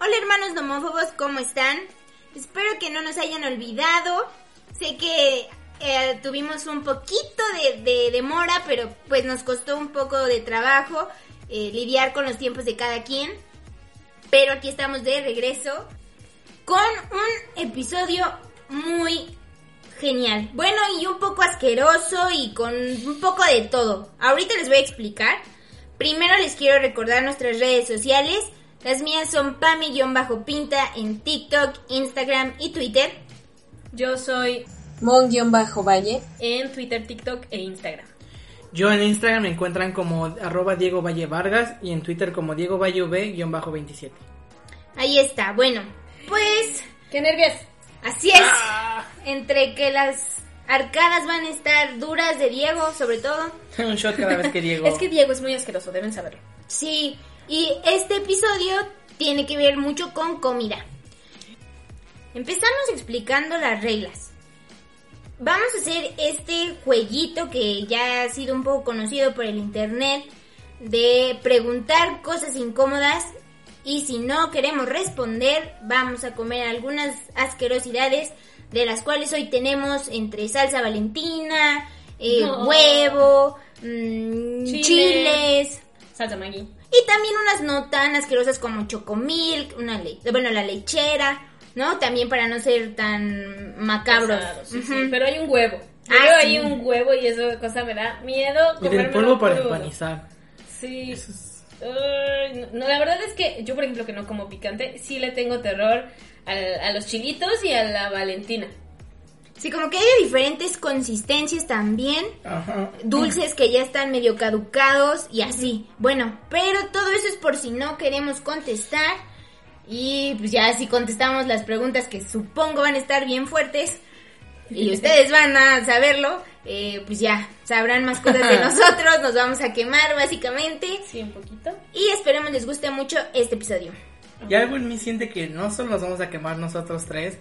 Hola hermanos nomófobos, ¿cómo están? Espero que no nos hayan olvidado. Sé que eh, tuvimos un poquito de, de demora, pero pues nos costó un poco de trabajo eh, lidiar con los tiempos de cada quien. Pero aquí estamos de regreso con un episodio muy genial. Bueno, y un poco asqueroso y con un poco de todo. Ahorita les voy a explicar. Primero les quiero recordar nuestras redes sociales. Las mías son pami-pinta en TikTok, Instagram y Twitter. Yo soy Mon-Valle. en Twitter, TikTok e Instagram. Yo en Instagram me encuentran como arroba Diego Valle Vargas y en Twitter como Diego Valle V-27. Ahí está. Bueno, pues ¡Qué nervios! así es. Ah. Entre que las arcadas van a estar duras de Diego, sobre todo. Un shot cada vez que Diego. Es que Diego es muy asqueroso, deben saberlo. Sí, y este episodio tiene que ver mucho con comida. Empezamos explicando las reglas. Vamos a hacer este jueguito que ya ha sido un poco conocido por el internet de preguntar cosas incómodas y si no queremos responder vamos a comer algunas asquerosidades de las cuales hoy tenemos entre salsa valentina, eh, No. huevo, mm, Chile. chiles, Salsa Maggi. y también unas no tan asquerosas como chocomilk, una le bueno, la lechera, ¿no? También para no ser tan macabros. Pesado, sí, Ujú. sí, Pero hay un huevo. Ah, Yo veo sí. ahí un huevo y esa cosa me da miedo. Y del comérmelo polvo para crudo. empanizar. Sí. Ay, no, no, la verdad es que yo, por ejemplo, que no como picante, sí le tengo terror al- a los chilitos y a la Valentina. Sí, como que hay de diferentes consistencias también, Ajá. dulces que ya están medio caducados y así. Bueno, pero todo eso es por si no queremos contestar. Y pues ya si contestamos las preguntas que supongo van a estar bien fuertes y ustedes van a saberlo, eh, pues ya sabrán más cosas de nosotros, nos vamos a quemar básicamente. Sí, un poquito. Y esperemos les guste mucho este episodio. Y algo en mí siente que no solo nos vamos a quemar nosotros tres,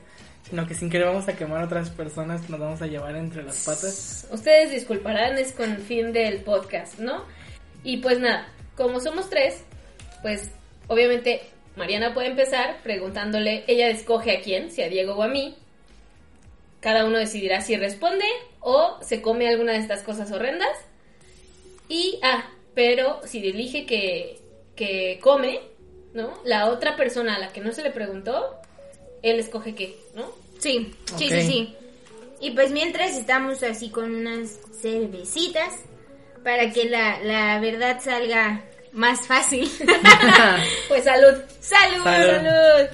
sino que sin querer vamos a quemar a otras personas que nos vamos a llevar entre las patas. Ustedes disculparán, es con fin del podcast, ¿no? Y pues nada, como somos tres, pues obviamente Mariana puede empezar preguntándole, ella escoge a quién, si a Diego o a mí. Cada uno decidirá si responde o se come alguna de estas cosas horrendas. Y, ah, pero si elige que, que come, ¿no? La otra persona a la que no se le preguntó, él escoge qué, ¿no? Sí, sí, Ok. sí, sí. Y pues mientras estamos así con unas cervecitas para que la, la verdad salga más fácil. Pues salud. ¡Salud! Salud. Salud.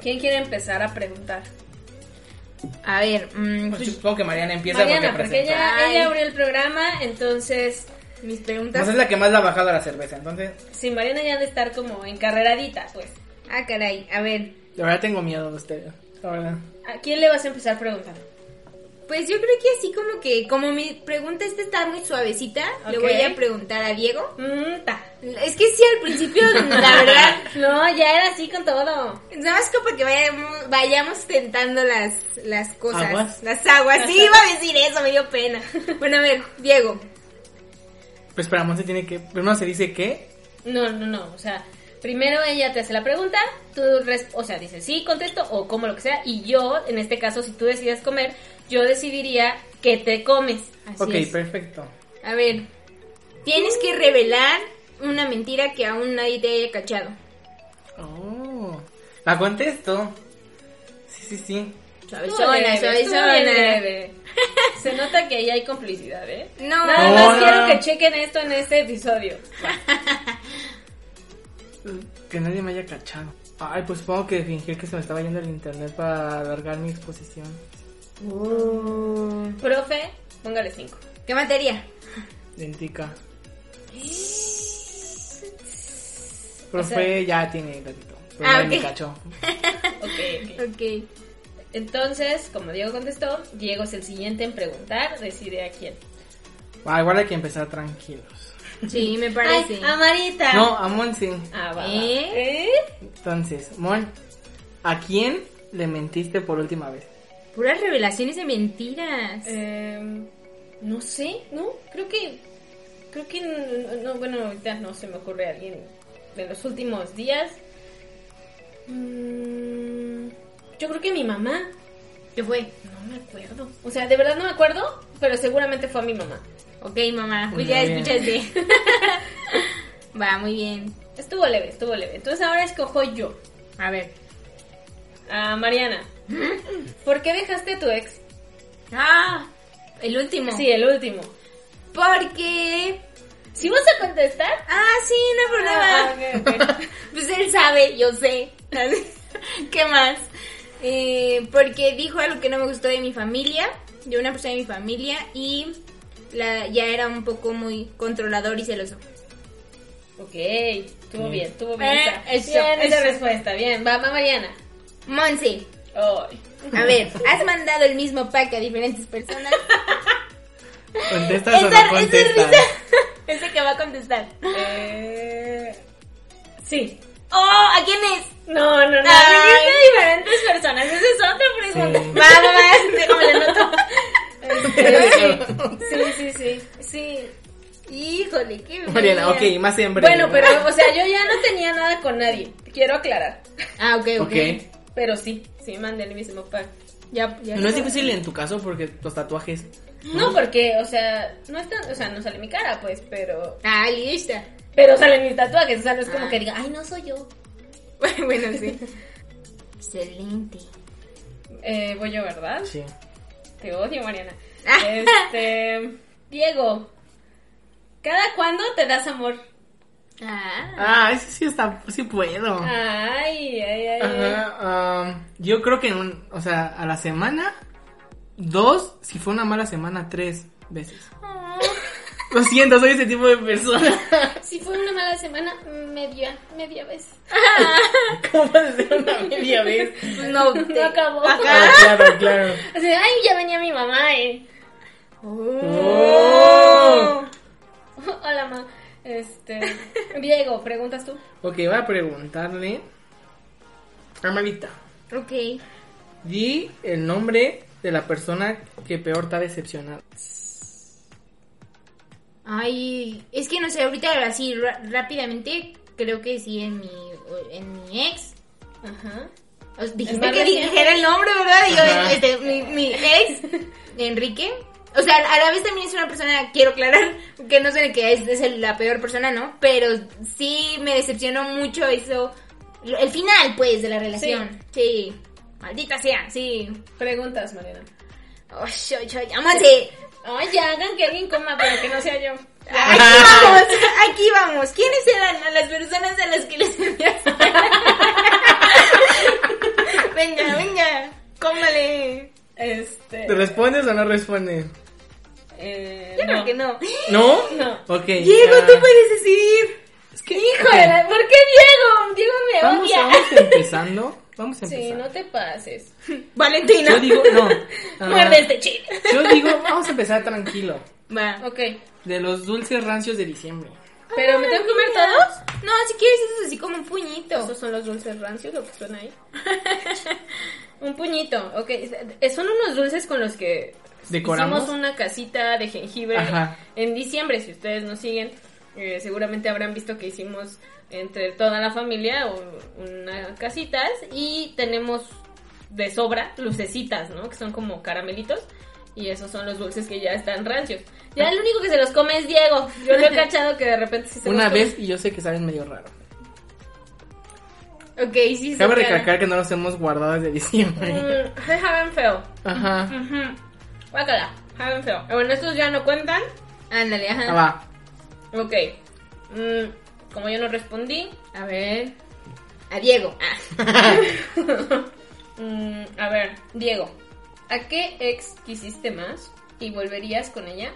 ¿Quién quiere empezar a preguntar? A ver, mm, Pues pues, supongo que Mariana empieza Mariana, porque, porque presentó. ella, Ay. ella abrió el programa, entonces mis preguntas... Pues es la que más la ha bajado a la cerveza, entonces Sí, Mariana ya ha de estar como encarreradita, pues. ah, caray, a ver. la verdad tengo miedo de usted. La verdad. ¿A quién le vas a empezar preguntando? Pues yo creo que así como que, como mi pregunta esta está muy suavecita, le Ok. voy a preguntar a Diego. Mm, ta. Es que sí, al principio, la verdad, No, ya era así con todo. Nada más como para que vayamos, vayamos tentando las, las cosas. Aguas. Las aguas. Sí, iba a decir eso, me dio pena. Bueno, a ver, Diego. Pues para Monse tiene que... Primero se dice que... No, no, no, o sea, primero ella te hace la pregunta, tú, res- o sea, dices sí, contesto, o como lo que sea, y yo, en este caso, si tú decides comer, yo decidiría qué te comes. Así ok, es. perfecto. A ver, tienes que revelar una mentira que aún nadie te haya cachado. Oh, la contesto. Sí, sí, sí. Estuvo Suavezona, leve, estuvo suavezona. leve. Se nota que ahí hay complicidad, ¿eh? No. Nada No, más no. quiero que chequen esto en este episodio. Que nadie me haya cachado. Ay, pues supongo que fingir que se me estaba yendo el internet para alargar mi exposición. Oh. Póngale 5. ¿Qué materia? Dentica. O Profe, sea- ya tiene ratito. Pero Ah, ya me ok. cachó. Ok, ok. Ok. Entonces, como Diego contestó, Diego es el siguiente en preguntar, decide a quién. Ah, igual hay que empezar tranquilos. Sí, me parece. Ay, Amarita. No, a Mon sí. Ah, va, va. ¿Eh? ¿Eh? Entonces, Mon, ¿a quién le mentiste por última vez? Puras revelaciones de mentiras. Em, no sé, no, creo que, creo que, n- no, bueno, ahorita no se me ocurre alguien de los últimos días. Mm, yo creo que mi mamá, ¿Qué fue? no me acuerdo, o sea, de verdad no me acuerdo, pero seguramente fue a mi mamá. Ok, mamá, pues Muy ya bien. escúchate. Va, muy bien. Estuvo leve, estuvo leve. Entonces ahora escojo yo, A ver. a Mariana. ¿Por qué dejaste a tu ex? Ah, el último. Sí, el último. Porque... ¿Sí vas a contestar? Ah, sí, no hay problema. Ah, ok, ok. Pues él sabe, yo sé. ¿Qué más? Eh, porque dijo algo que no me gustó de mi familia, de una persona de mi familia, y la, ya era un poco muy controlador y celoso. Ok, estuvo bien, estuvo bien. Eh, esa, eso, bien esa eso. respuesta, bien. Va, va Mariana. Monse, Ay. a ver, has mandado el mismo pack a diferentes personas. ¿Contestas o Esa- no esa contestas? risa. Ese que va a contestar. Eh, sí. ¡Oh! ¿A quién es? No, no, no. Ay. dijiste diferentes personas. Esa es otra pregunta. Sí. Va, va, va, déjame la nota. Sí, sí, sí. Sí. Híjole, qué Mariana, ok, maravilla. más en breve. Bueno, ¿no? pero, o sea, yo ya no tenía nada con nadie. Quiero aclarar. Ah, ok, ok. Ok. Pero sí, sí, mandé el mismo pack. Ya, ya. No es difícil en tu caso porque los tatuajes. No, porque, o sea, no es tan- o sea, no sale mi cara, pues, pero, Ah, lista. pero salen mis tatuajes, o sea, no es como Ah. que diga, ay, no soy yo. bueno, sí. Excelente. Eh, voy yo, ¿verdad? Sí. Te odio, Mariana. Este. Diego, ¿cada cuándo te das amor? Ah. Ah, ese sí está, sí puedo. Ay, ay, ay. ay. Ajá, am, yo creo que en un, o sea, a la semana, dos, si fue una mala semana, tres veces. Ah. Lo siento, soy ese tipo de persona. Si fue una mala semana, media, media vez. ¿Cómo puede ser una media vez? pues No, No acabó. Ah, claro, claro. O sea, ay, ya venía mi mamá, eh. Oh. Hola, mamá. Este. Diego, preguntas tú. Ok, voy a preguntarle a Marita. Ok. Di el nombre de la persona que peor te ha decepcionado. Ay, es que no sé, ahorita así ra- rápidamente, creo que sí en mi, en mi ex. Ajá. O- El Dijiste más que reciente. dijera el nombre, ¿verdad? Digo, Ajá. este, mi, mi ex, Enrique. O sea, a la vez también es una persona, quiero aclarar, que no sé que es, es el- la peor persona, ¿no? Pero sí me decepcionó mucho eso. lo- El final, pues, de la relación. Sí. Maldita sea, sí. Preguntas, Mariana. Oh, yo, yo, llámate. Ay, ya hagan que alguien coma, pero que no sea yo. Ah, Aquí vamos, aquí vamos. ¿Quiénes eran las personas a las que les enviaste? venga, venga, cómale. Este. ¿Te respondes o no respondes? Eh, Yo creo no. que no. ¿No? No. Ok. Diego, ya. tú puedes decidir. Es que, Híjole, ¿por qué Diego? Diego me Vamos, odia. vamos empezando. Vamos empezando. Sí, no te pases. Valentina. Yo digo, no. ah, Muerde este chile. yo digo, vamos a empezar tranquilo. Va. Ok. De los dulces rancios de diciembre. ¿Pero me tengo que comer todos? No, si quieres, eso es así como un puñito. Esos son los dulces rancios, lo que suena ahí. Un puñito, ok. Eh, Son unos dulces con los que Decoramos. hicimos una casita de jengibre Ajá. en diciembre. Si ustedes nos siguen, eh, seguramente habrán visto que hicimos entre toda la familia un- unas casitas y tenemos de sobra lucecitas, ¿no? Que son como caramelitos. Y esos son los dulces que ya están rancios. Ya el único que se los come es Diego. Yo lo he cachado que de repente se los Una come. vez, y yo sé que saben medio raro. Ok, sí, sí. Cabe claro. recalcar que no los hemos guardado desde diciembre. Mm, se saben feo. Ajá. Ujú. Guácala, saben Ah, feo. Bueno, estos ya no cuentan. Ándale, Ah, ajá. va. Ok. Mm, como yo no respondí, A ver. A Diego. Ah. mm, a ver, Diego, ¿a qué ex quisiste más? y volverías con ella?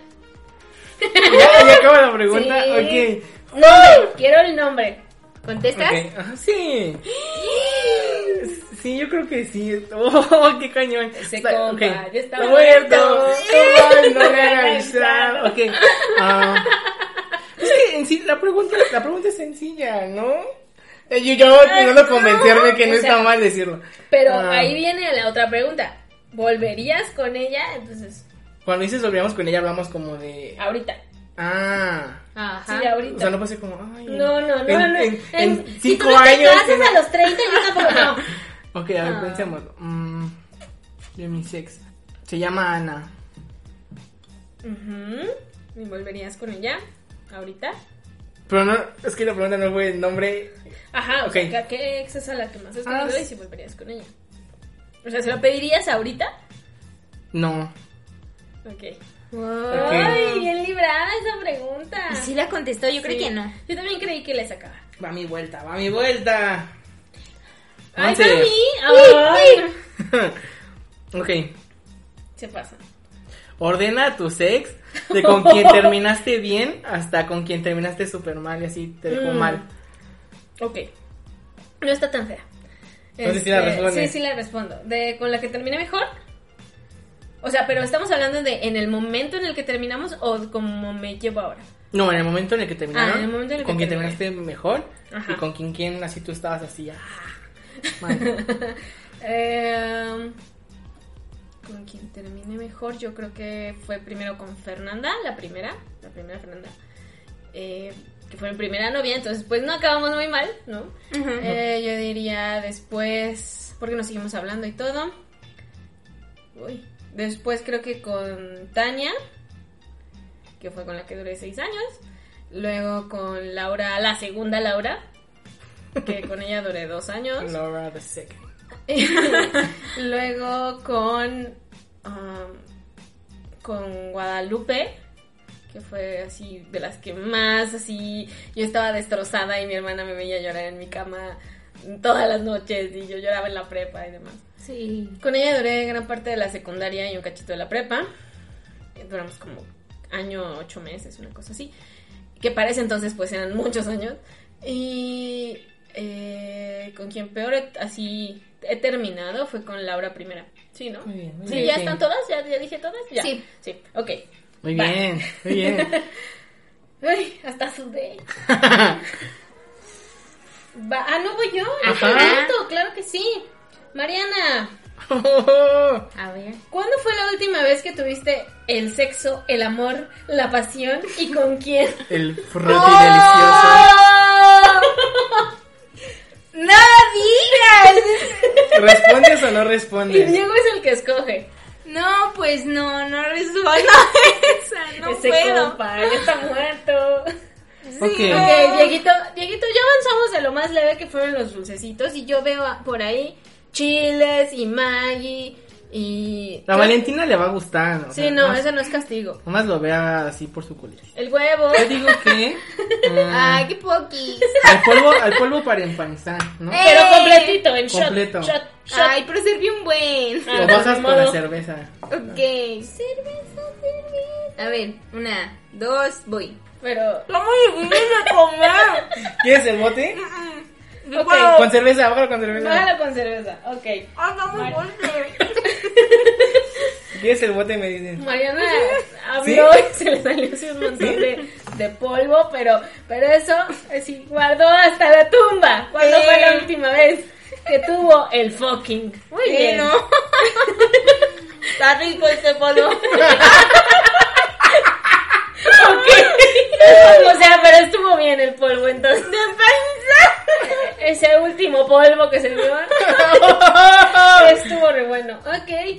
Ya, ya acaba la pregunta. Sí. Ok. Nombre, quiero el nombre. ¿Contestas? Ok, ajá, Sí. Sí, yo creo que sí. Oh, qué cañón. Ese Está- compa ok. ya está Está muerto. muerto. Tomando garantizado. Ok. ah. es que en sí, la pregunta, la pregunta es sencilla, ¿no? Eh, Yo, yo intentando convencerme que no O sea, está mal decirlo. Pero Ah, ahí viene la otra pregunta. ¿Volverías con ella? Entonces, Cuando dices volvíamos con ella, hablamos como de. ahorita. Ah. Ajá. Sí, O ahorita. sea, no pasé como. Ay, no, no, no. En, no. en- en En- si cinco tú no te años. casas en- a los 30, yo tampoco no. Ok, a Ah. ver, pensemos. Mm, de mi sex. Se llama Ana. Ujú. ¿Y volverías con ella? ¿Ahorita? Pero no, es que la pregunta no fue el nombre. Ajá, o Ok. sea, ¿qué ex es a la que más has Ah, tenido y sí. si volverías con ella? O sea, ¿se lo pedirías ahorita? No. Ok. Ok. Ay, bien librada esa pregunta. Y Ah, sí la contestó, yo creo Sí. que no. Yo también creí que le sacaba. Va mi vuelta, va mi vuelta. Ay, Monse. Javi. Ay. ok. Se pasa. Ordena tu sex de con quien terminaste bien hasta con quien terminaste super mal y así te dejó Mm. mal. Ok. No está tan fea. Este, Entonces, sí la responde. Sí, sí la respondo. De con la que terminé mejor. O sea, pero estamos hablando de en el momento en el que terminamos o como me llevo ahora. No, en el momento en el que terminaron. Ah, en el momento en el que con quien terminé. terminaste mejor Ajá. y con quien, quien así tú estabas así. ah, mal. Eh, con quien terminé mejor, yo creo que fue primero con Fernanda, la primera, la primera Fernanda, eh, que fue mi primera novia, entonces pues no acabamos muy mal, ¿no? Eh, yo diría después, porque nos seguimos hablando y todo. Uy, después creo que con Tania, que fue con la que duré seis años, luego con Laura, la segunda Laura, que con ella duré dos años. Laura the second. Luego con um, con Guadalupe, que fue así de las que más así yo estaba destrozada y mi hermana me veía llorar en mi cama todas las noches y yo lloraba en la prepa y demás. Sí. Con ella duré gran parte de la secundaria y un cachito de la prepa. Duramos como año, ocho meses, una cosa así. Que para ese entonces pues eran muchos años. Y eh, con quien peor he- así he terminado fue con Laura primera. Sí, ¿no? Muy bien, muy sí, bien. ¿ya Sí. están todas? ¿Ya, ya dije todas? Ya. Sí. Sí, ok. Muy Va. bien, muy bien. Ay, hasta sudé. Va- Ah, no voy yo. Ajá. Exacto, claro que sí. Mariana, A ver. ¿Cuándo fue la última vez que tuviste el sexo, el amor, la pasión y con quién? El froti delicioso. ¡No digas! ¿Respondes o no Y respondes? Diego es el que escoge. No, pues no, no resuelvo esa, no Ese puedo. compa, él está muerto. Ok. Ok, Dieguito, Dieguito, ya avanzamos de lo más leve que fueron los dulcecitos y yo veo a- por ahí chiles y Maggie y... La Valentina le va a gustar. o Sí, sea, no, nomás- eso no es castigo. Nomás lo vea así por su culito. El huevo. Yo digo que. ah, Ay, qué poquis. al, polvo, al polvo para empanizar, ¿no? Eh, Pero completito, en shot, Completo. shot, shot. Ay, pero serví un buen. Ah, Lo bajas con ni la modo. cerveza. Ok. Cerveza, cerveza. A ver, una, dos, voy. Pero... ¿Cómo le a comer? ¿Quieres el bote? Ok, Con cerveza, bájalo con cerveza. bájalo con cerveza, ok. ¿Quieres el bote? Me dicen. Mariana ¿Sí? habló y se le salió así un montón de, de polvo, pero, pero eso así guardó hasta la tumba. ¿Cuándo fue la última vez que tuvo el fucking? Muy bien. ¿no? Está rico este polvo. O sea, pero estuvo bien el polvo entonces. Ese último polvo que se dio estuvo re bueno. Ok.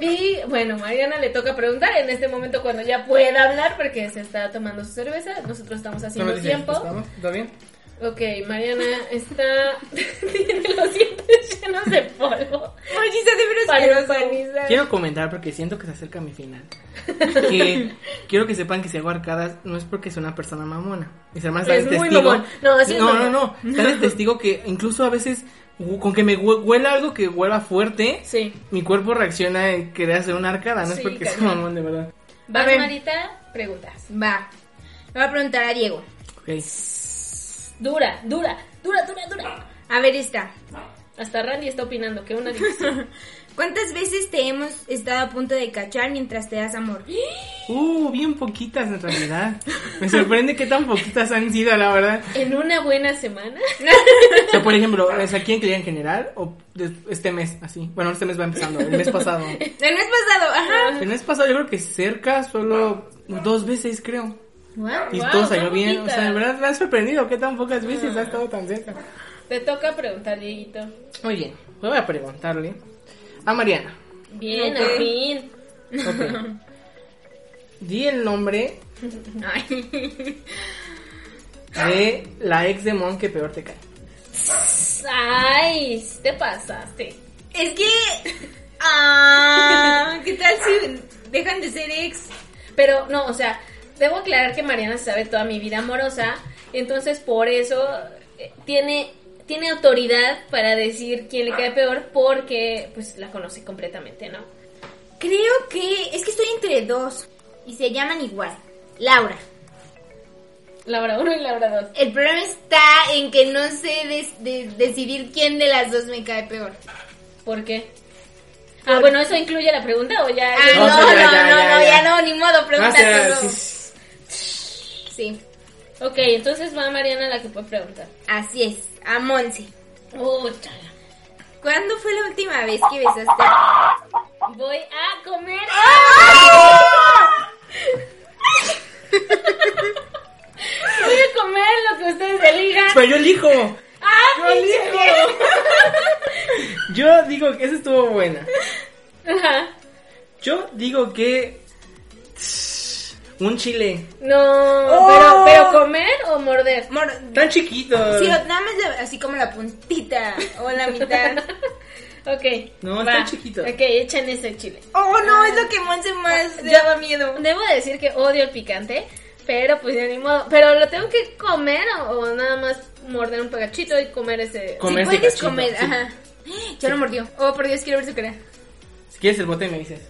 Y bueno, Mariana le toca preguntar en este momento cuando ya pueda hablar porque se está tomando su cerveza. Nosotros estamos No haciendo me dicen, tiempo. ¿estamos? ¿Está bien? Ok, Mariana está. tiene los dientes llenos de polvo. Machista de veras Para asqueroso. empanizar. Quiero comentar porque siento que se acerca mi final. Que quiero que sepan que si hago arcadas no es porque soy una persona mamona. Mis hermanas Es están muy testigo. mamón. No, sí es no, no, mamón. no. Están de testigo que incluso a veces hu- con que me hue- huela algo que huela fuerte, Sí. mi cuerpo reacciona en querer hacer una arcada. No Sí, es porque soy cañón. mamón, de verdad. Vas, ver. Marita, preguntas. Va. Le voy a preguntar a Diego. Ok. Dura, dura, dura, dura, dura. A ver esta. Hasta Randy está opinando que una difícil. ¿Cuántas veces te hemos estado a punto de cachar mientras te das amor? Uh, bien poquitas en realidad. Me sorprende que tan poquitas han sido, la verdad. en una buena semana. O sea, por ejemplo, ¿es aquí en Clear en general o de- este mes, así? Bueno, este mes va empezando, el mes pasado. El mes pasado, ajá. El mes pasado yo creo que cerca, solo dos veces creo. Y Wow, todo salió qué bien. O poquita. sea, de verdad me ha sorprendido que tan pocas veces ha estado tan cerca. Te toca preguntar, Dieguito. Muy bien, voy a preguntarle a Mariana. Bien, Ok. al fin. Ok. Di el nombre de la ex de Mon que peor te cae. Ay, te pasaste. Es que. Ah, ¿Qué tal si dejan de ser ex? Pero no, o sea, debo aclarar que Mariana sabe toda mi vida amorosa, entonces por eso eh, tiene tiene autoridad para decir quién le cae peor porque pues la conoce completamente, ¿no? Creo que. Es que estoy entre dos. Y se llaman igual. Laura. Laura 1 y Laura 2. El problema está en que no sé des- de- decidir quién de las dos me cae peor. ¿Por qué? Ah, bueno, eso incluye la pregunta o ya Ah, no, No, no, sí, ya, no, ya, no, ya, ya ya. no, ni modo, Ah, pregunta sea, todo. sí, Sí. sí. Ok, entonces va Mariana la que puede preguntar. así es. A Monse. Oh, chala. ¿Cuándo fue la última vez que besaste? a- Voy a comer. ¡Ah! Voy a comer lo que ustedes elijan. Pero yo elijo. ¡Ah, Yo elijo. Yo digo que esa estuvo buena. Ajá. Yo digo que. Un chile. No, Oh. pero, pero comer o morder. Mor Tan chiquito. sí, o nada más la- así como la puntita o la mitad. Ok. No, está chiquito. Ok, echen ese chile. Oh, no, es lo que Monse más le daba miedo. Debo decir que odio el picante, pero pues de ni modo. Pero lo tengo que comer o, o nada más morder un pegachito y comer ese. Com- si Comer puedes picachito, comer, este sí. ajá. Ya lo mordió. Oh, por Dios, quiero ver su cara. Si quieres el bote me dices.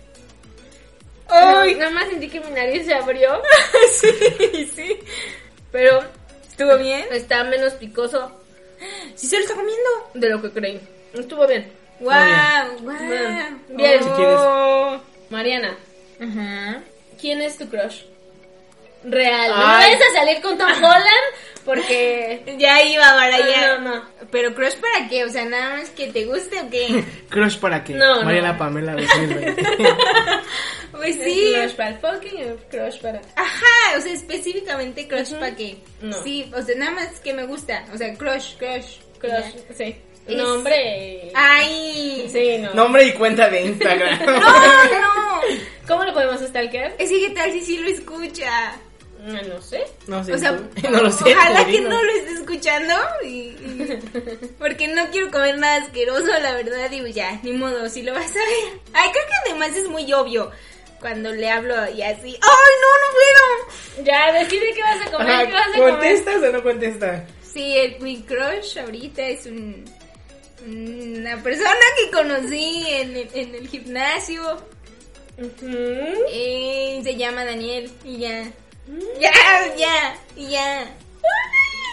Ay, nada más sentí que mi nariz se abrió. sí, sí. Pero ¿Estuvo bien? está menos picoso Sí, se lo está comiendo. de lo que creí. Estuvo bien. Wow, wow. Bien. Bien. Si quieres. Mariana, Ajá. ¿quién es tu crush? Real. No Ay. vayas a salir con Tom Holland porque. Ya iba para allá. No, no, Pero crush para qué? O sea, nada más que te guste o qué? Crush para qué. No, no. Mariana Pamela 2020. Pues Sí. sí. Crush para el fucking y crush para. Ajá, o sea, específicamente crush Ujú. para qué? No. Sí, o sea, nada más que me gusta. O sea, crush, crush. Crush, sí. Es- Nombre. Ay. Sí, no. Nombre y cuenta de Instagram. No, no. ¿Cómo lo podemos stalkear? Es que qué tal si sí lo escucha. No, no sé. No sé. O sea, tú. no lo sé. Ojalá tú que dilo. no lo esté escuchando. y- y- porque no quiero comer nada asqueroso, la verdad. Digo, ya, ni modo, si lo vas a ver. Ay, creo que además es muy obvio cuando le hablo y así. ¡Ay, no, no puedo! Ya, decide qué vas a comer, Ajá, qué vas a comer. ¿Contestas o no contestas? Sí, el, mi crush ahorita es un, una persona que conocí en el, en el gimnasio. Ujú. Eh, se llama Daniel y ya. Ya, ya, y ya.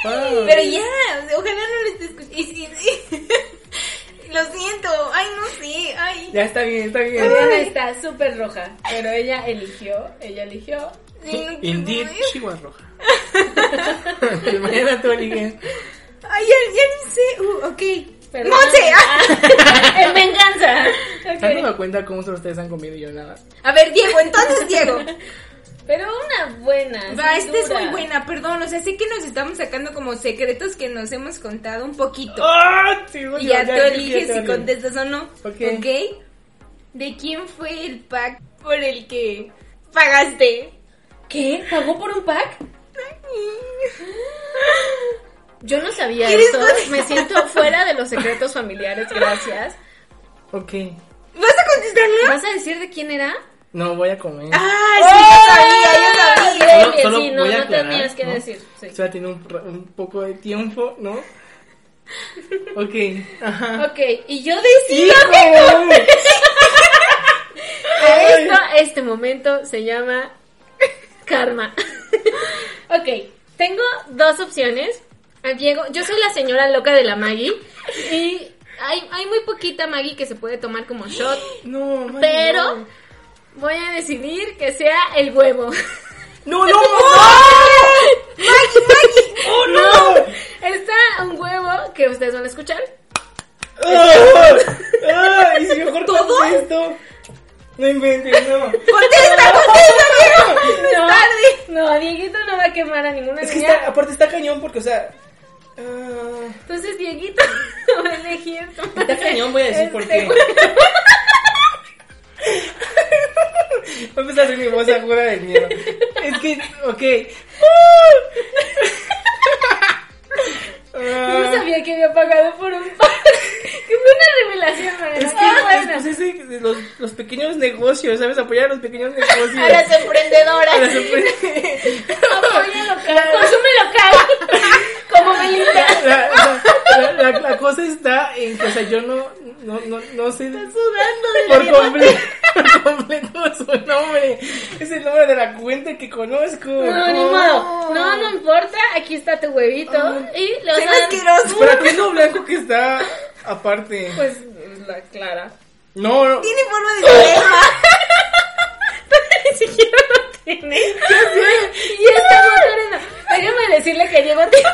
Wow. Pero ya, o sea, ojalá no lo esté escuchando. Y sí, sí. Lo siento, ay, no sé, ay. Ya está bien, está bien. Mariana está súper roja, pero ella eligió, ella eligió. Sí, no quiero Indeed, comer. Chihuahua Roja. Mariana tú eliges. Ay, ya, ya ni sé. Uh, ok. Pero- ¡Monse! ah. ¡En venganza! ¿Se han Ok. dado cuenta cómo solo ustedes han comido y yo nada? A ver, Diego, entonces Diego. Pero una buena. Va, sin esta es duda. muy buena, perdón. O sea, sé que nos estamos sacando como secretos que nos hemos contado un poquito. ¡Ah! Sí, bueno, Y Oh, ya tú yo eliges quiero si hacerlo. contestas o no. Ok. ¿Ok? ¿De quién fue el pack por el que pagaste? ¿Qué? ¿Pagó por un pack? Yo no sabía ¿Quieres esto. contestar? Me siento fuera de los secretos familiares, gracias. Ok. ¿Vas a contestarlo? ¿Vas a decir de quién era? No, voy a comer. Ah, sí, yo sabía, yo sabía. Solo- Oye, solo sí, no, voy a no aclarar, tenías que ¿no? decir. sí. O sea, tiene un, ra- un poco de tiempo, ¿no? Ok. Ajá. Ok, y yo decido. ¡Hijo! Para esto, este momento se llama karma. ok, tengo dos opciones. Ah, Diego, yo soy la señora loca de la Maggie y hay, hay muy poquita Maggie que se puede tomar como shot, No, Maggie, pero voy a decidir que sea el huevo. No, no, no. ¡Oh, no! Está un huevo que ustedes van a escuchar. ¡Ah! ¡Ah! ¿Y si mejor todo esto? No inventes, no. ¡Contesta, contesta, Diego! No, tarde. no, Dieguito no va a quemar a ninguna Es que niña. está, aparte está cañón porque, o sea. ah, Entonces Dieguito va a elegir. está cañón, voy a decir por Este qué. Voy a empezar a hacer mi voz aguda de miedo. Es que, ok. No Ah, sabía que había pagado por un pan. Que fue una revelación, Mariana. es que, Ah, bueno. pues, ese- los, los pequeños negocios, ¿sabes? Apoyar a los pequeños negocios. A las emprendedoras. A las empresas. Apoya local, consume local. Como Belinda. la, la- la- la cosa está en que, o sea, yo no, no, no, no sé Sudando de por la completo, por completo su nombre. Es el nombre de la cuenta que conozco. No, ni modo. No, no importa. Aquí está tu huevito. Y lo Se ve dan- asqueroso. ¿Para qué es lo blanco que está aparte? Pues la Clara. No, no. Tiene forma de oreja. Ni siquiera lo tiene. Y esta mujer no. Déjame decirle que Diego tiene.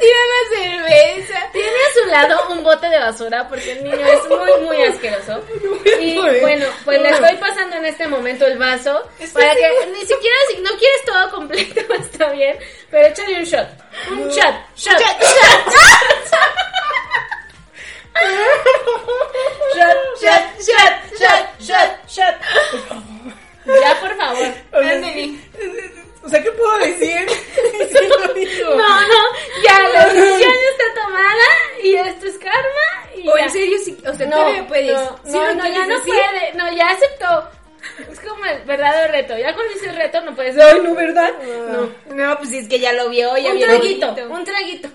tiene una cerveza. Tiene a su lado un bote de basura porque el niño es muy, muy asqueroso. Y Joder. bueno, pues le No. estoy pasando en este momento el vaso para que ni siquiera si no quieres todo completo, está bien, pero échale un shot. Un shot, shot, shot, shot, shot, shot, shot, shot, shot. Ya, por favor. O sea, o sea, ¿qué puedo decir? Sí lo digo. No, no, ya la decisión está tomada y esto es karma y O ya. en serio, sí, o sea, No, todavía puedes. No, Sí no, lo no, ya quieres no decir. puede. No, ya aceptó. Es como el verdadero reto. Ya cuando dices reto no puedes. Ay, no, ¿verdad? No. No, pues es que ya lo vio, ya un vio. traguito, un traguito.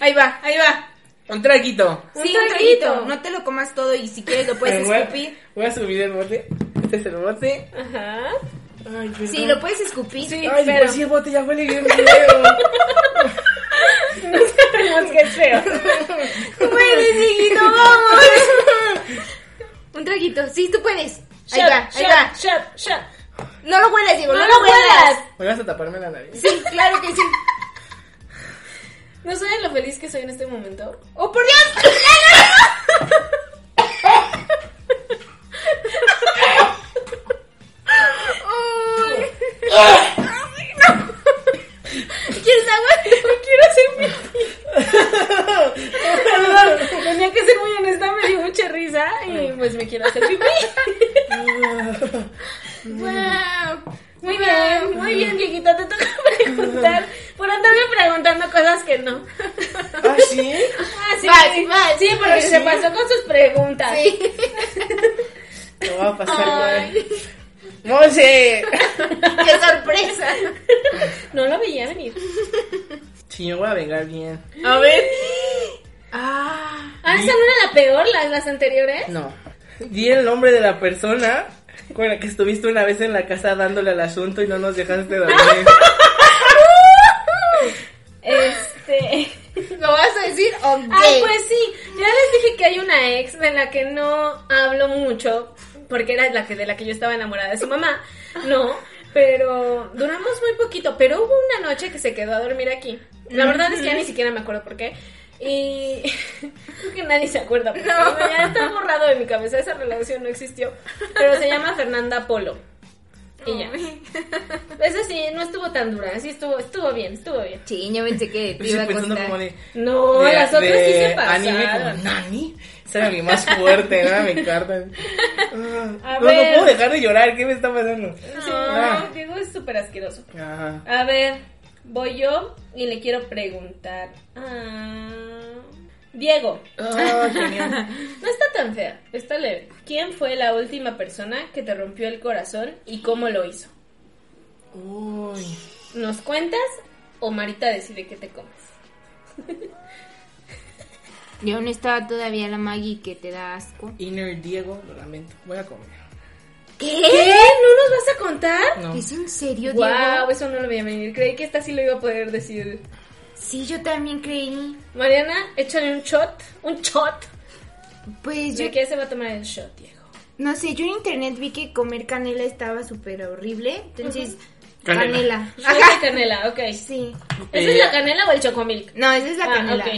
Ahí va, ahí va. Un traguito. Un sí, un traguito. traguito. No te lo comas todo y si quieres lo puedes Me voy a- escupir. Voy a subir el bote. Este es el bote. Ajá. Ay, perdón. Sí, lo puedes escupir. Sí. Ay, pero- pues sí, el bote ya huele bien feo. Tenemos que es feo. puedes, Dieguito, vamos. un traguito, sí, tú puedes. Ahí Shot, va, ahí shot, va. shot, shot. No lo huelas, Diego, No no, lo lo huelas. huelas. Me vas a taparme la nariz. Sí, claro que sí. No saben lo feliz que soy en este momento. ¡Oh, por Dios! ¿Quieres agua? No quiero hacer pipí. Perdón, tenía que ser muy honesta, me dio mucha risa y pues me quiero hacer pipí. wow. Muy bien, muy bien, Dieguito, te toca preguntar. Por andarme preguntando cosas que no. ¿Ah, sí? Ah, sí, Vas, vas. sí, porque Ah, se sí. pasó con sus preguntas. Sí. Lo va a pasar mal. Ay, ¡Monse! ¡Qué sorpresa! no lo veía venir. Sí, yo voy a vengar bien. A ver. Ah, esa no era la peor, las, las anteriores. No. Di el nombre de la persona con la que estuviste una vez en la casa dándole al asunto y no nos dejaste dormir. Este. ¿Lo vas a decir o qué? Ay, pues sí, ya les dije que hay una ex de la que no hablo mucho, porque era la que de la que yo estaba enamorada de su mamá, no, pero duramos muy poquito, pero hubo una noche que se quedó a dormir aquí. La verdad es que ya ni siquiera me acuerdo por qué. Y creo que nadie se acuerda, porque ya está borrado de mi cabeza, esa relación no existió. Pero se llama Fernanda Polo. Y ya. Eso sí, no estuvo tan dura, sí estuvo, estuvo bien, estuvo bien. Sí, yo pensé que te Yo iba estoy a pensando como costar. de... No, de- las otras sí de se pasaron. Anime como Nani. Esa era mi más fuerte, ¿no? Me encantan. A Ah, no, ver. no puedo dejar de llorar. ¿Qué me está pasando? Ah. Ah. No, Diego es súper asqueroso. Ajá. A ver, voy yo y le quiero preguntar. Ah, Diego, Ah, genial. no está tan fea, está leve. ¿Quién fue la última persona que te rompió el corazón y cómo lo hizo? Uy. ¿Nos cuentas o Marita decide que te comes? Yo no estaba todavía la Maggie que te da asco. Inner Diego, lo lamento. Voy a comer. ¿Qué? ¿Qué? ¿No nos vas a contar? No. ¿Es en serio, Wow, Diego? eso no lo voy a venir. Creí que esta sí lo iba a poder decir. Sí, yo también creí. Mariana, échale un shot. ¿Un shot? Pues yo ¿De qué se va a tomar el shot, Diego? No sé, yo en internet vi que comer canela estaba súper horrible, entonces Canela. canela. Shot de Ajá. canela, ok. ¿Esa Sí. Eh, es la canela o el chocomilk? No, esa es la Ah, canela. ok.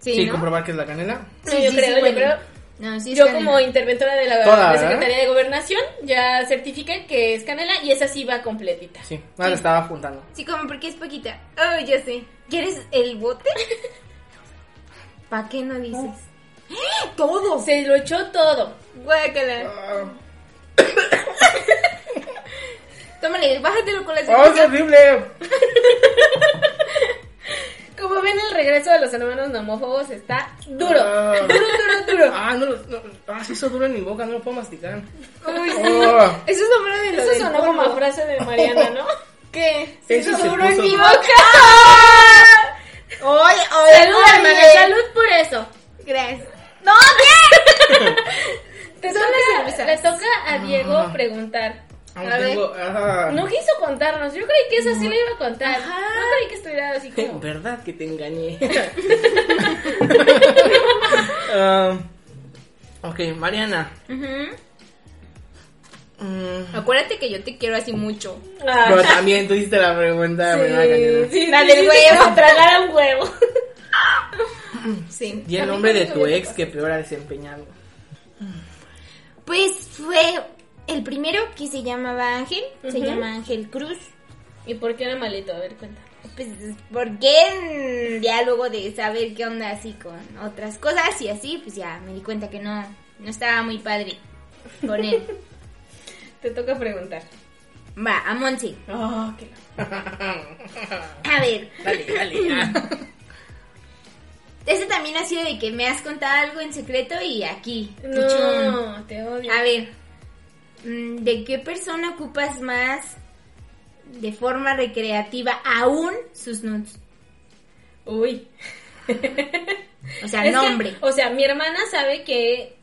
Sí, sí, ¿no? comprobar que es la canela. No, Sí, yo sí, sí, creo, yo bueno. creo. No, sí es Yo canela. como interventora de la Toda, de ¿verdad? Secretaría de Gobernación ya certifica que es canela y esa sí va completita. Sí, no la estaba juntando. Sí, como porque es poquita. Oh, ya sé. ¿Quieres el bote? ¿Para qué no dices? ¡Eh! ¡Todo! Se lo echó todo. Guácala. Ah, Tómale, bájatelo con la ¡Oh, es cerveza. horrible! Como ven, el regreso de los hermanos nomófobos está duro. Ah. Duro, duro, duro. Ah, no, lo- no, ah, se hizo duro en mi boca, no lo puedo masticar. Uy, sí. Oh. Eso es lo malo de lo Eso del sonó como polvo. a frase de Mariana, ¿no? ¿Qué? Eso se sobró en puso- mi boca. ¡Ay, ay, Salud, ay! hermana, salud por eso. Gracias. ¡No, qué! Te Son toca- las cervezas. le toca a Diego Ah. preguntar. Aún A ver. tengo. ah. No quiso contarnos. Yo creí que eso sí lo iba a contar. Ajá. No creí que estuviera así Te- como. ¿Verdad que te engañé? Ah, ok, Mariana. Mm, Acuérdate que yo te quiero así mucho. Ah, pero también tú hiciste la pregunta de Mariana Cañera. sí, La sí, del sí, huevo. sí, Tragar un huevo. Sí. Di el nombre de tu ex que peor ha desempeñado. Pues fue el primero que se llamaba Ángel. Se Ujú. llama Ángel Cruz. ¿Y por qué era malito? A ver, cuenta. Pues, ¿por qué en diálogo de saber qué onda así con otras cosas y así? Pues ya me di cuenta que no, no estaba muy padre con él. Te toca preguntar. Va, a Monse. Oh, qué A ver, Dale, dale, ya. ese también ha sido de que me has contado algo en secreto y aquí. pichón. No, te odio. A ver, mm, ¿de qué persona ocupas más de forma recreativa aún sus nudes? Uy. O sea, Es que, nombre. o sea, mi hermana sabe que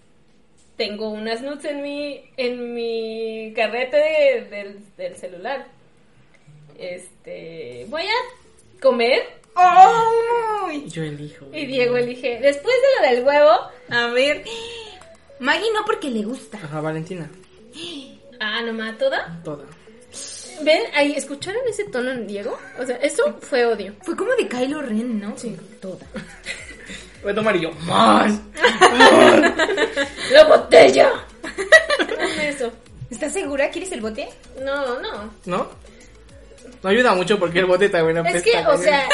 tengo unas nudes en mi, en mi carrete de- del, del celular. Este, voy a comer Yo elijo. y Diego elige. Después de lo del huevo. A ver. Maggie no porque le gusta. Ajá, Valentina. Ah, nomás toda. Toda. Ven, ahí, ¿escucharon ese tono en Diego? O sea, eso fue odio. Fue como de Kylo Ren, ¿no? Sí, toda. Voy a tomar y yo. ¡Más! ¡La botella! Dame eso. ¿Estás segura? ¿Quieres el bote? No, no. ¿No? No ayuda mucho porque el bote también apesta. ¿eh? Es que, o también. sea,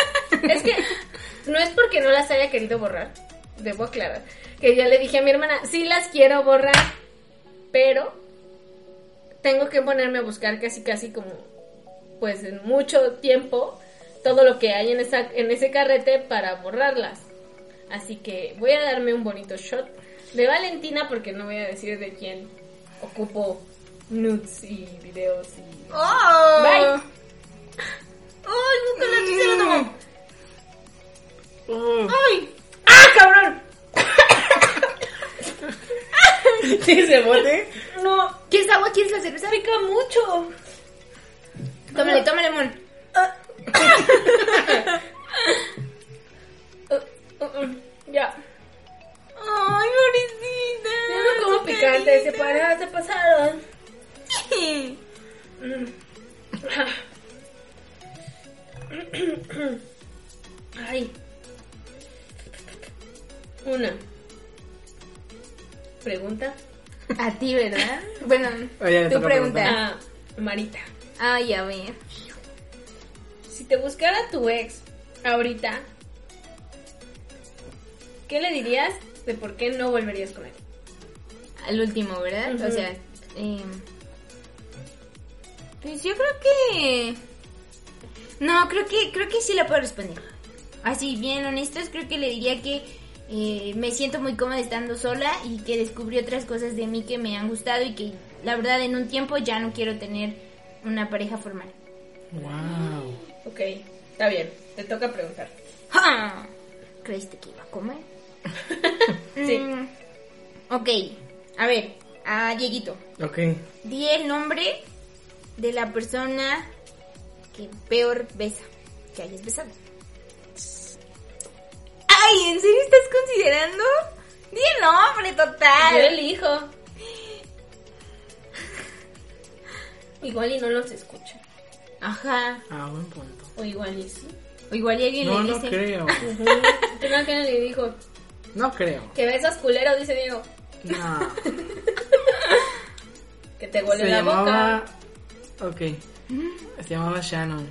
es que no es porque no las haya querido borrar. Debo aclarar. Que yo le dije a mi hermana, sí las quiero borrar, pero tengo que ponerme a buscar casi, casi como, pues en mucho tiempo, todo lo que hay en, esa, en ese carrete para borrarlas. Así que voy a darme un bonito shot de Valentina porque no voy a decir de quién ocupo nudes y videos y... ¡Oh! Bye. ¡Ay, nunca la quise lo tomó! Uh, ¡Ay! ¡Ah, cabrón! ¿sí ese bote? No, ¿Quieres agua? ¿Quieres la cerveza? pica mucho. Tómale, tómale, mon. Uh, uh, ya. ¡Ay, pobrecita! Ya no como picante, se, para- se pasaron. Sí. Mm. Ay. Una. Pregunta A ti, ¿verdad? Bueno, Ah, ya le tu toca pregunta. preguntar. a Marita. Ay, a ver. Si te buscara tu ex ahorita, ¿qué le dirías de por qué no volverías con él? Al último, ¿verdad? Ujú. O sea, eh, pues yo creo que no, creo que creo que sí la puedo responder. Así bien honestos, creo que le diría que eh, me siento muy cómoda estando sola y que descubrí otras cosas de mí que me han gustado y que la verdad en un tiempo ya no quiero tener una pareja formal. Wow. Ok, está bien, te toca preguntar. ¡Ja! ¿Creíste que iba a comer? Sí. Mm, ok, a ver, a Dieguito. Ok. Di el nombre de la persona que peor besa, que hayas besado. Ay, ¿en serio estás considerando? Di el nombre, Yo total. elijo. Igual y no los escucho. Ajá. Ah, buen punto. O igual y "Ah". sí. O igual y alguien No, le no dice. creo. Ujú. Tengo que le dijo, No creo. que besas culero, dice Diego. No. Que te huele Se la llamaba. boca. Ok. Se llamaba Shannon.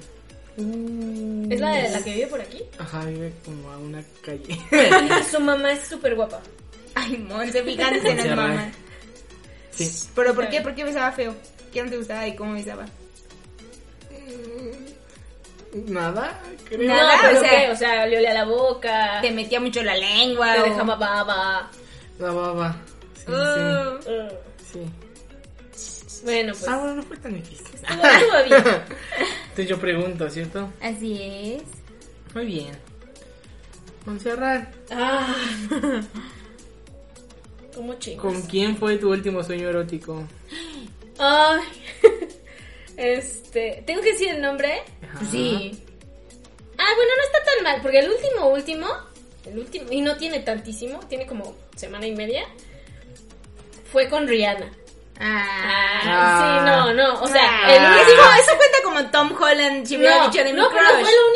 ¿Es la de la que vive por aquí? Ajá, vive como a una calle. Su mamá es súper guapa. Ay, Monse, fíjense en las Monserrat. mamás. Sí. ¿Pero por qué? ¿Por qué besaba feo? ¿Qué no te gustaba y cómo besaba? Nada, creo. Nada, no, pero o sea- ¿qué? O sea, le olía la boca. Te metía mucho la lengua. te o- dejaba baba. La baba. Sí, Uh, Mm. sí. sí. Bueno, pues. Ah, bueno, no fue tan difícil. estuvo- estuvo bien. Entonces yo pregunto, ¿cierto? Así es. Muy bien. Montserrat, Ah. ¿Cómo chingo? ¿con quién fue tu último sueño erótico? Ay. Este. ¿Tengo que decir el nombre? Ajá. Sí. Ah, bueno, no está tan mal, porque el último, último, el último, y no tiene tantísimo, tiene como semana y media, fue con Rihanna. Ah. Ah, Ah. sí, no, no, o sea, Ah. el último es... eso cuenta como Tom Holland, si hubiera No, dicho de mi no, pero crush. fue lo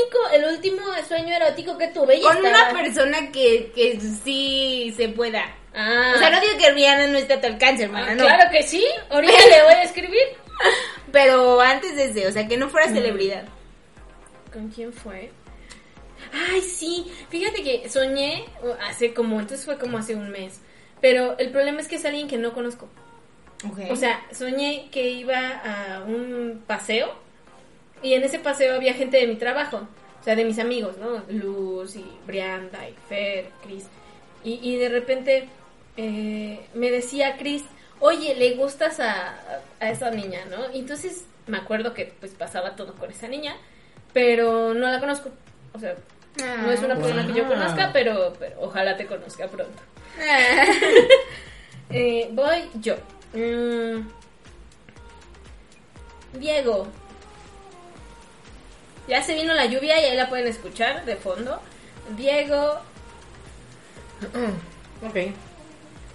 único, el último sueño erótico que tuve y Con estaba- una persona que, que sí se pueda. Ah, O sea, no digo que Rihanna no esté a tu alcance, Ah, hermana, no. claro que sí, ahorita le voy a escribir. Pero antes de ese, o sea, que no Mm. fuera celebridad. ¿Con quién fue? Ay, sí, fíjate que soñé o, hace como, entonces fue como hace un mes, pero el problema es que es alguien que no conozco. O sea, soñé que iba a un paseo y en ese paseo había gente de mi trabajo, o sea, de mis amigos, ¿no? Luz y Brianda y Fer, Cris. Y, y de repente eh, me decía Cris, oye, le gustas a, a esa niña, ¿no? Y entonces me acuerdo que pues pasaba todo con esa niña, pero no la conozco. O sea, no es una persona que yo Wow. conozca, pero, pero ojalá te conozca pronto. Eh, voy yo. Mm. Diego. Ya se vino la lluvia y ahí la pueden escuchar de fondo. Diego, Ok.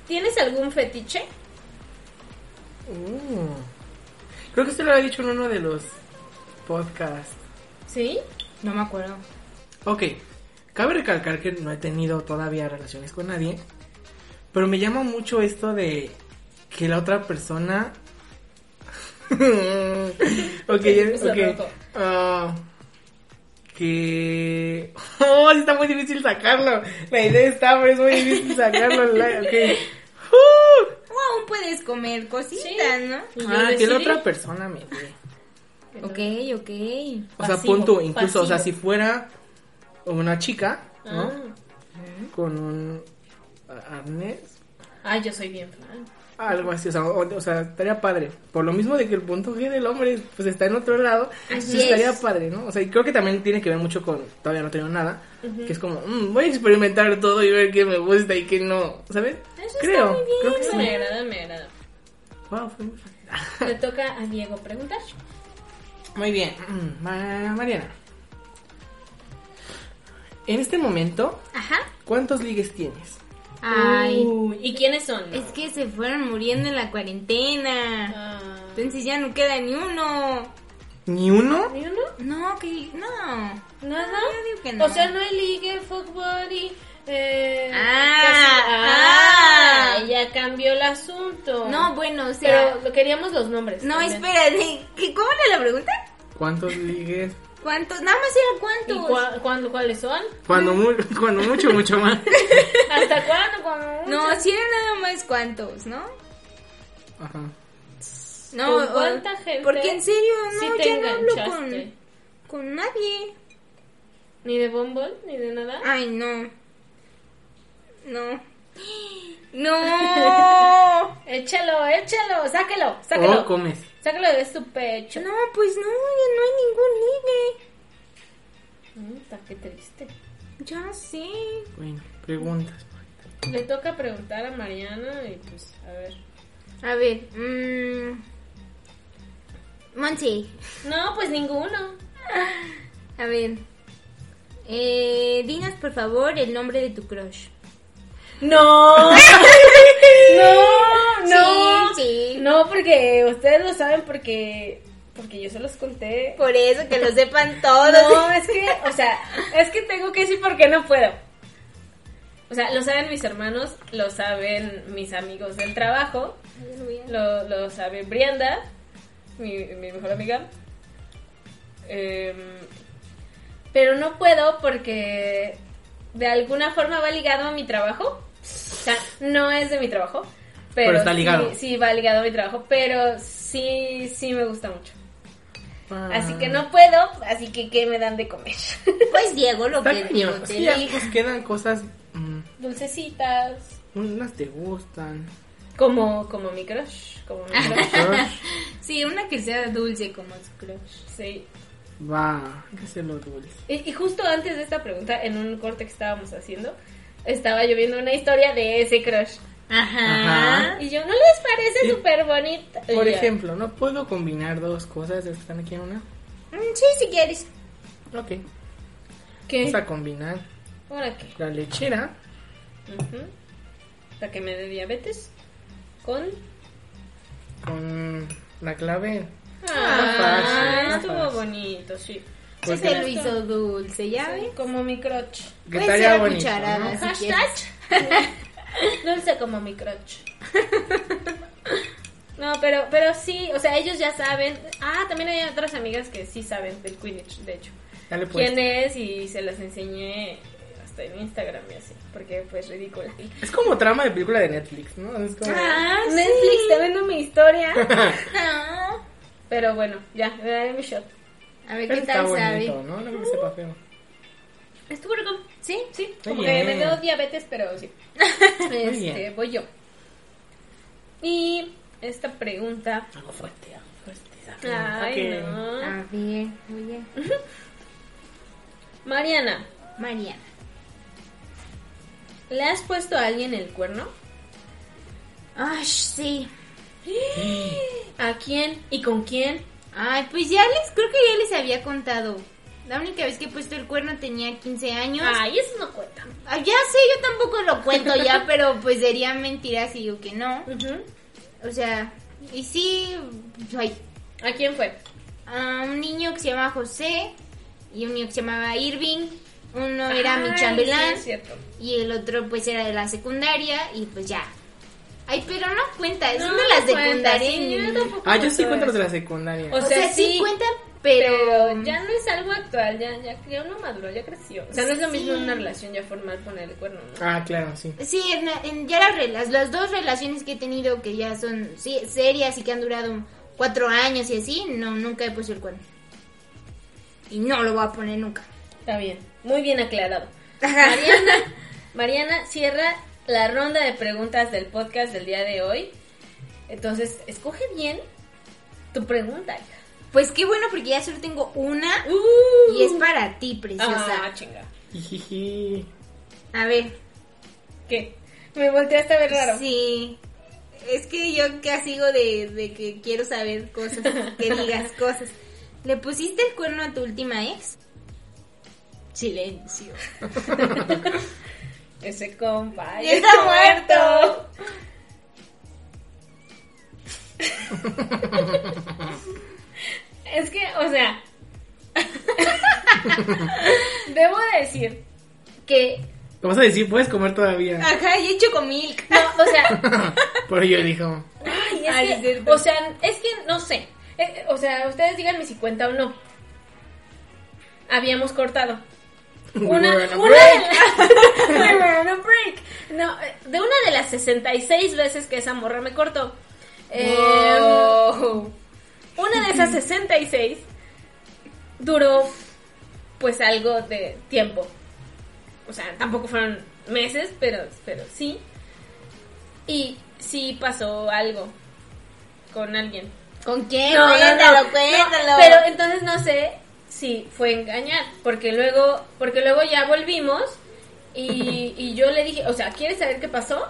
¿tienes algún fetiche? Uh. Creo que esto lo había dicho en uno de los podcasts. ¿Sí? No me acuerdo. Ok, cabe recalcar que no he tenido todavía relaciones con nadie, pero me llama mucho esto de que la otra persona... ok, Se puso ok. rojo. ah, que... Oh, está muy difícil sacarlo. La idea está, pero es muy difícil sacarlo. La- ok. Uh. O aún puedes comer cositas, Sí. ¿no? Y yo Ah, que decidí la otra persona me... dé. Ok, ok. O sea, Pasivo, punto, incluso, o sea, si pasivo. fuera una chica, ¿no? Ah. Con un ah, arnés, Ay, Ah, yo soy bien fan. algo así, o sea, o, o sea, estaría padre. Por lo mismo de que el punto G del hombre, pues está en otro lado, pues, es. estaría padre, ¿no? O sea, y creo que también tiene que ver mucho con, todavía no tengo nada, que es como, mm, voy a experimentar todo y ver qué me gusta y qué no, ¿sabes? Eso creo, está muy bien. creo que Me sí. agrada, me agrada. Wow, fue muy fácil. Le toca a Diego preguntar. Muy bien, Mm, Ma- Mariana. En este momento, Ajá. ¿cuántos ligues tienes? Ay, Uy, ¿Y quiénes son? es que se fueron muriendo en la cuarentena. Ah. Entonces ya no queda ni uno. ¿Ni uno? ¿Ni uno? No, que no. ¿Nada? Yo digo que no. O sea, no hay ligue, fuck buddy. Eh, Ah, casi- ah. ah, ya cambió el asunto. No, bueno, o sea. Oh. pero este, lo queríamos los nombres. no, también. espérate. ¿qué- ¿Cómo era la pregunta? ¿Cuántos ligues? ¿Cuántos? Nada más era ¿Y cuántos. cua- cuándo- cuáles son? Cuando, mu- cuando mucho, mucho más. ¿Hasta cuándo? cuándo? No, sí era nada más cuántos, ¿no? Ajá. No, ¿Con o- cuánta gente Porque en serio, no, sí te ya no hablo enganchaste? con, con nadie. Ni de Bumble, ni de nada. Ay, no. No. No. Échalo, échalo, sáquelo, sáquelo. O comes. Sáquelo de su pecho. No, pues no, ya no hay ningún Mm, Está qué triste. ligue. Ya sé. Bueno, preguntas. Marita. Le toca preguntar a Mariana y pues, a ver. A ver, mmm. Monty, No, pues ninguno. a ver. Eh, dinos por favor el nombre de tu crush. No. no, no. Sí, sí. No, porque ustedes lo saben porque porque yo se los conté. Por eso que lo sepan todos. No, es que, o sea, es que tengo que decir porque no puedo. O sea, lo saben mis hermanos, lo saben mis amigos del trabajo, lo, lo sabe Brianda, mi, mi mejor amiga. Em, pero no puedo porque de alguna forma va ligado a mi trabajo. O sea, no es de mi trabajo. Pero, Pero está ligado. Sí, sí, va ligado a mi trabajo, pero sí, sí me gusta mucho. Así Ah, que no puedo, así que ¿qué me dan de comer? Pues Diego, lo Está que digo, cañón. te Sí, ya, digo. pues quedan cosas. mm, Dulcecitas. unas te gustan. Como, como mi crush, como mi crush. Crush, Sí, una que sea dulce como su crush. Sí. va, hay que hacerlo dulce. Y, y justo antes de esta pregunta, en un corte que estábamos haciendo, estaba yo viendo una historia de ese crush. Ajá. Ajá. Y yo, ¿no les parece Sí. súper bonita? Y Por yo, ejemplo, no puedo combinar dos cosas las que están aquí en una. Mm, Sí, si quieres. Ok, ¿Qué? vamos a combinar ¿Ahora qué? la lechera Ujú. Para que me dé diabetes. Con. con la clave. Ah, fácil, no estuvo fácil. bonito, sí. Sí, Porque- se lo hizo dulce, ¿ya ves? Como mi crotch. Que Puede estaría ser a bonito, cucharadas. ¿no? Así Hashtag. Dulce como mi crotch. No, pero, pero sí, o sea, ellos ya saben. Ah, también hay otras amigas que sí saben del Quidditch, de hecho. Dale pues. ¿Quién es? Y se las enseñé hasta en Instagram y así, porque pues ridícula. Es como trama de película de Netflix, ¿no? Es como... Ah, Netflix, sí. está viendo mi historia. Ah. Pero bueno, ya, me daré mi shot. A ver qué Pero está tal sabe. bonito, ¿no? No creo que sepa feo. ¿Estuvo rico? Sí, sí. Como Muy que me bien. dio diabetes, pero sí. Este, bien. voy yo. Y esta pregunta. Algo fuerte, algo fuerte. Ay, Ok. no. A ver, oye. Mariana, Mariana. ¿le has puesto a alguien el cuerno? Ay, sí. ¿A quién? ¿Y con quién? Ay, pues ya les, creo que ya les había contado. La única vez que he puesto el cuerno tenía 15 años. Ay, eso no cuenta. Ah, ya sé, yo tampoco lo cuento ya, pero pues sería mentira si digo que no. O sea, y sí, ay, ¿A quién fue? a un niño que se llama José y un niño que se llamaba Irving. Uno era mi Ay, sí, chambelán es cierto. y el otro pues era de la secundaria y pues ya. Ay, pero no cuenta, es No, de la no cuenta, secundaria. sí, yo tampoco Ah, yo sí cuento cuento los de eso. la secundaria. O O sea, sí, cuenta, pero, Pero ya no es algo actual, ya, ya, ya uno maduró, ya creció. O sea, no es lo mismo Sí. una relación ya formal poner el cuerno, ¿no? Ah, claro, sí. Sí, en, en- ya las, relas- las dos relaciones que he tenido que ya son sí, serias y que han durado cuatro años y así, no, nunca he puesto el cuerno. Y no lo voy a poner nunca. Está bien, muy bien aclarado. Mariana, Mariana cierra la ronda de preguntas del podcast del día de hoy. Entonces, escoge bien tu pregunta. hija. Pues qué bueno porque ya solo tengo una y es para ti, preciosa. Uh. Ah, chinga. Jijiji. A ver, ¿Qué? Me volteaste a ver raro. sí. Es que yo que sigo de, de que quiero saber cosas, que digas cosas. ¿Le pusiste el cuerno a tu última ex? Silencio. Ese compa. Ya está muerto. es que, o sea, debo decir que, ¿Lo vas a decir? Puedes comer todavía. Ajá, y he hecho con milk. no, o sea, Pero yo dijo. Ay, es Ay, que, es cierto. o sea, es que no sé. Eh, O sea, ustedes díganme si cuenta o no. Habíamos cortado. Una, We're on a una break. de la- We're on a break. No, eh, de una de las 66 veces que esa morra me cortó. eh, Una de esas 66 duró pues algo de tiempo. O sea, tampoco fueron meses, pero, pero sí. Y sí pasó algo con alguien. ¿Con quién? cuéntalo, cuéntalo. no, pero entonces no sé si fue engañar, porque luego, porque luego ya volvimos Y, y yo le dije, o sea, ¿quieres saber qué pasó?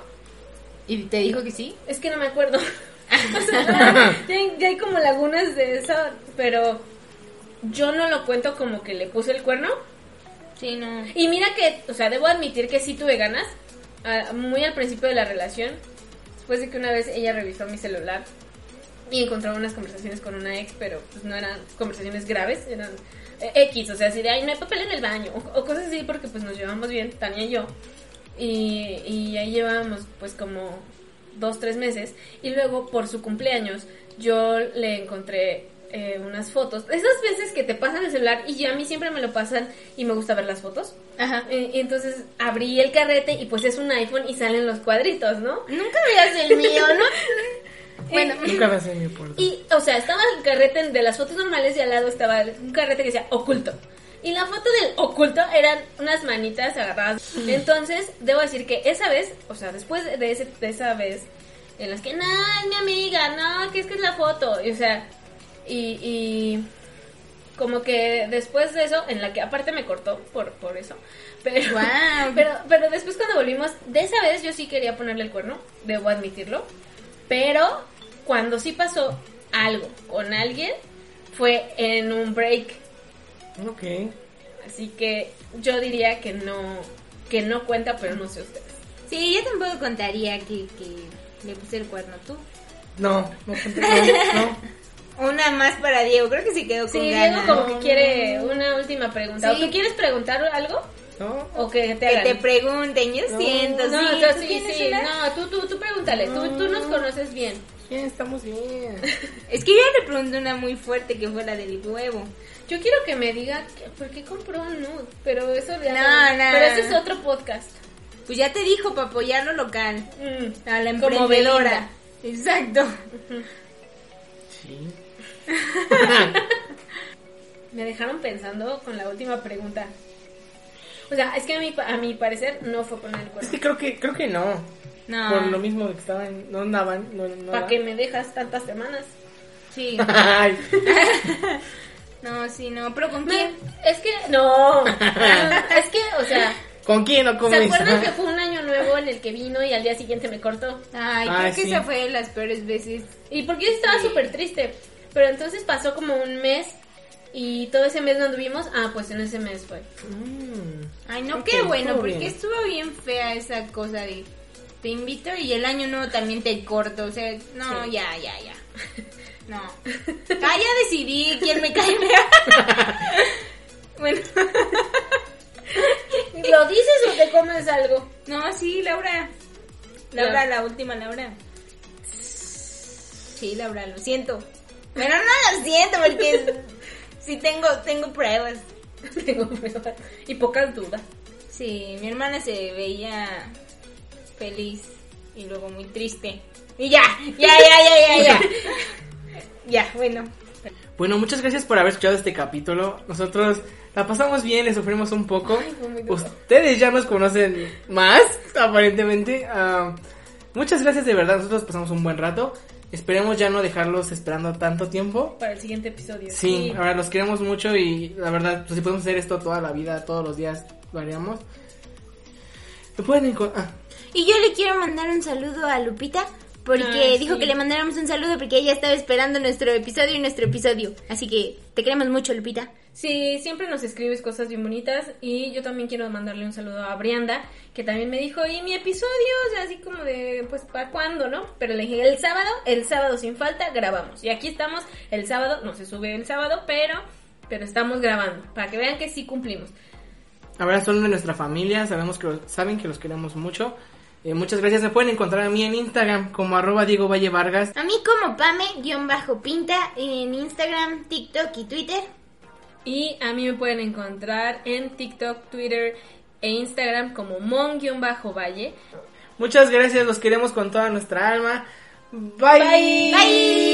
¿Y te dijo que sí? Es que no me acuerdo. O sea, ya, hay, ya hay como lagunas de eso, pero yo no lo cuento como que le puse el cuerno. Sí, no. Y mira que, o sea, debo admitir que sí tuve ganas, ah, muy al principio de la relación, después de que una vez ella revisó mi celular y encontró unas conversaciones con una ex, pero pues no eran conversaciones graves, eran eh, X, o sea, así de, ay, no hay papel en el baño, o, o cosas así, porque pues nos llevamos bien, Tania y yo, y, y ahí llevábamos pues como dos, tres meses, y luego por su cumpleaños yo le encontré eh, unas fotos, esas veces que te pasan el celular y ya a mí siempre me lo pasan y me gusta ver las fotos, Ajá. eh, y entonces abrí el carrete y pues es un iPhone y salen los cuadritos, ¿no? Nunca veas el mío, ¿no? Bueno, Nunca vas a mi puerta. y, o sea, estaba el carrete de las fotos normales y al lado estaba un carrete que decía oculto. Y la foto del oculto eran unas manitas agarradas. Entonces, debo decir que esa vez, o sea, después de, ese, de esa vez, en las que, no, es mi amiga, no, que es que es la foto. Y, o sea, y, y como que después de eso, en la que aparte me cortó por, por eso, pero, Guau. pero, pero después cuando volvimos, de esa vez yo sí quería ponerle el cuerno, debo admitirlo, pero cuando sí pasó algo con alguien, fue en un break, Ok. así que yo diría que no, que no cuenta, pero no sé ustedes. Sí, yo tampoco contaría que, que le puse el cuerno tú. No, no, no, no. Una más para Diego, creo que se quedó Sí, con Diego ganas. como que quiere una última pregunta. Sí. ¿Tú quieres preguntar algo? No. ¿O que te Que hagan? te pregunten, yo siento, No, sí, o sea, ¿tú sí, tienes sí, una? no, tú, tú, tú pregúntale, tú, tú nos conoces bien. Bien, estamos bien. Es que yo ya le pregunté una muy fuerte que fue la del huevo. Yo quiero que me diga que- por qué compró un nude, pero eso ya No, no. Pero ese es otro podcast. Pues ya te dijo para apoyar lo local, Mm. a la Como emprendedora. Belinda. Exacto. Sí. Me dejaron pensando con la última pregunta. O sea, es que a mi, pa- a mi parecer no fue poner el Es cuerpo. que creo que, creo que no. No. Ah. Por lo mismo que estaban, no andaban, no, no ¿Para andaban. qué me dejas tantas semanas? Sí. Ay, No, sí, no. Pero con Me- quién? es que no. Ah, es que, o sea, ¿Con quién o cómo ¿se es? acuerdan que fue un año nuevo en el que vino y al día siguiente me cortó? Ay, Ay, creo que sí. esa fue de las peores veces. Y porque yo estaba súper triste. Pero entonces pasó como un mes y todo ese mes no anduvimos. Ah, pues en ese mes fue. Mm. Ay, no, Ok, qué bueno, estuvo porque bien. estuvo bien fea esa cosa de te invito y el año nuevo también te corto. O sea, no, Sí. ya, ya, ya. No. Ah, ya decidí quién me cae mejor. bueno, ¿Lo dices o te comes algo? no, sí, Laura. Laura, la última, Laura. Sí, Laura, lo siento. Pero no lo siento porque es- sí tengo, tengo pruebas. Tengo pruebas y pocas dudas. Sí, mi hermana se veía feliz y luego muy triste. Y ya, ya, ya, ya, ya, ya. ya, bueno. Bueno, muchas gracias por haber escuchado este capítulo. Nosotros la pasamos bien, le sufrimos un poco. fue muy duro. Ustedes ya nos conocen más, aparentemente. Ah, muchas gracias de verdad, nosotros pasamos un buen rato. Esperemos ya no dejarlos esperando tanto tiempo. Para el siguiente episodio. Sí, ahora los queremos mucho y la verdad, pues, si podemos hacer esto toda la vida, todos los días, lo haríamos. Lo pueden ah, encontrar. Y yo le quiero mandar un saludo a Lupita porque Ah, dijo sí. que le mandáramos un saludo porque ella estaba esperando nuestro episodio y nuestro episodio. Así que te queremos mucho, Lupita. Sí, siempre nos escribes cosas bien bonitas y yo también quiero mandarle un saludo a Brianda, que también me dijo, ¿y mi episodio? O sea, así como de, pues, ¿para cuándo, no? Pero le dije, el sábado, el sábado sin falta, grabamos. Y aquí estamos, el sábado, no se sube el sábado, pero, pero estamos grabando, para que vean que sí cumplimos. Ahora son de nuestra familia, sabemos que los- saben que los queremos mucho. Eh, muchas gracias, me pueden encontrar a mí en Instagram como arroba Diego Valle Vargas. A mí como Pame-Pinta en Instagram, TikTok y Twitter. Y a mí me pueden encontrar en TikTok, Twitter e Instagram como mon-valle. Muchas gracias, los queremos con toda nuestra alma. Bye. Bye.